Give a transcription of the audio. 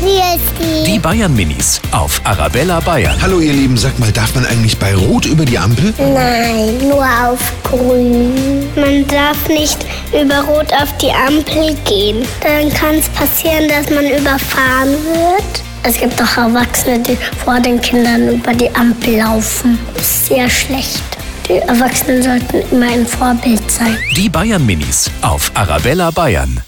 Grüß Die Bayern Minis auf Arabella Bayern. Hallo ihr Lieben, sag mal, darf man eigentlich bei Rot über die Ampel? Nein, nur auf grün. Man darf nicht über Rot auf die Ampel gehen. Dann kann es passieren, dass man überfahren wird. Es gibt auch Erwachsene, die vor den Kindern über die Ampel laufen. Ist sehr schlecht. Die Erwachsenen sollten immer ein Vorbild sein. Die Bayern Minis auf Arabella Bayern.